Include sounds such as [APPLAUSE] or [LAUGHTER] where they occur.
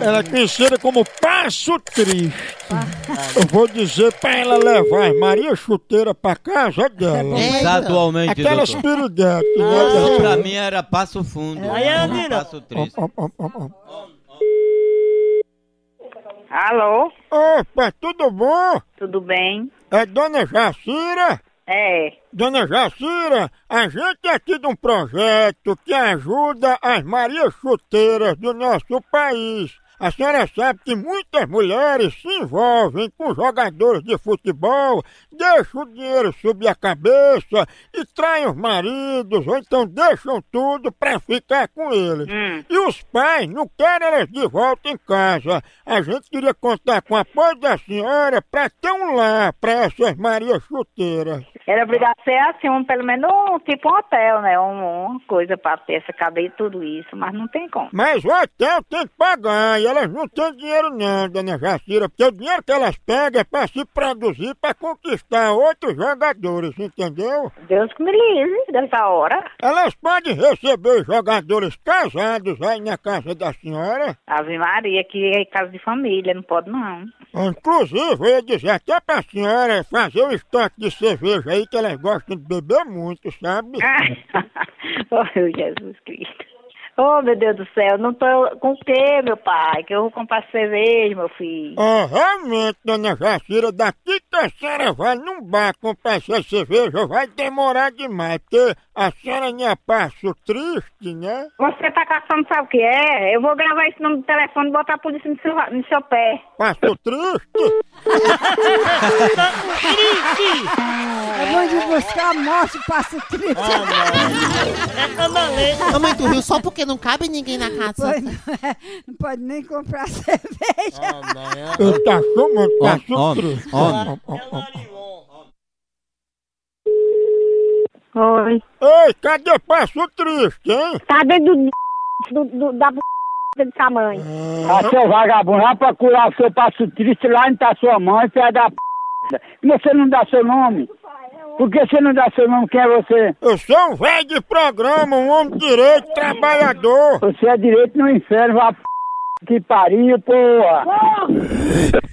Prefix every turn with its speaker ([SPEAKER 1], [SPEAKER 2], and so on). [SPEAKER 1] ela é conhecida como Passo Triste. Eu vou dizer pra ela levar as Maria Chuteira pra casa dela.
[SPEAKER 2] Estadualmente,
[SPEAKER 1] Aquelas
[SPEAKER 2] doutor.
[SPEAKER 1] piriguetes,
[SPEAKER 2] Então, pra
[SPEAKER 1] né?
[SPEAKER 2] mim era passo fundo.
[SPEAKER 3] Aí,
[SPEAKER 2] não
[SPEAKER 3] Andina.
[SPEAKER 2] passo triste.
[SPEAKER 1] Ó, ó, ó, ó, ó.
[SPEAKER 4] Alô,
[SPEAKER 1] Opa, tudo bom?
[SPEAKER 4] tudo bem?
[SPEAKER 1] É Dona Jacira?
[SPEAKER 4] É,
[SPEAKER 1] Dona Jacira, a gente é aqui de um projeto que ajuda as Maria Chuteiras do nosso país. A senhora sabe que muitas mulheres se envolvem com jogadores de futebol, deixam o dinheiro subir a cabeça e traem os maridos, ou então deixam tudo pra ficar com eles.
[SPEAKER 4] Hum.
[SPEAKER 1] E os pais não querem elas de volta em casa. A gente queria contar com o apoio da senhora pra ter um lar pra essas Maria Chuteiras.
[SPEAKER 4] era obrigado a ser assim, um, pelo menos um, tipo um hotel, né? Um, uma coisa pra ter essa cadeia e tudo isso, mas não tem como.
[SPEAKER 1] Mas o hotel tem que pagar e elas não têm dinheiro não, dona Jacira, porque o dinheiro que elas pegam é pra se produzir, pra conquistar outros jogadores, entendeu?
[SPEAKER 4] Deus que me livre dessa hora.
[SPEAKER 1] Elas podem receber os jogadores casados aí na casa da senhora.
[SPEAKER 4] Ave Maria, que é casa de família, não pode não. [LAUGHS]
[SPEAKER 1] Inclusive, eu ia dizer até pra senhora fazer um estoque de cerveja aí que elas gostam de beber muito, sabe?
[SPEAKER 4] oh, meu Jesus Cristo. Oh, meu Deus do céu, não tô com o quê, meu pai? Que eu vou comprar cerveja, meu filho.
[SPEAKER 1] É, realmente, dona Jacira, daqui que a senhora vai num bar comprar essa cerveja, vai demorar demais, porque a senhora não é passo triste, né?
[SPEAKER 4] Você tá caçando, sabe o que é? Eu vou gravar esse número de telefone e botar a polícia no seu, no seu pé.
[SPEAKER 1] Passo triste?
[SPEAKER 5] Eu vou te buscar a morte, passo triste.
[SPEAKER 6] Ah.
[SPEAKER 3] É canaleta.
[SPEAKER 7] Mamãe, tu riu só porque não cabe ninguém na casa.
[SPEAKER 5] Pois não, é, não pode nem comprar [LAUGHS] cerveja.
[SPEAKER 1] Eu tá chamando passo
[SPEAKER 2] É. Homem,
[SPEAKER 1] triste.
[SPEAKER 2] homem, homem.
[SPEAKER 1] Ó, ó, ó.
[SPEAKER 4] Oi.
[SPEAKER 1] Ei, cadê passo triste, hein?
[SPEAKER 4] Tá dentro do, do, do da b... dessa mãe.
[SPEAKER 6] Ah, seu vagabundo, vai procurar o seu passo triste lá onde tá sua mãe, filha da p. Você não dá seu nome? Por que você não dá seu nome? Quem é você?
[SPEAKER 1] Eu sou um velho de programa, um homem de direito, trabalhador.
[SPEAKER 6] Você é direito no inferno, vá p. Que pariu, porra!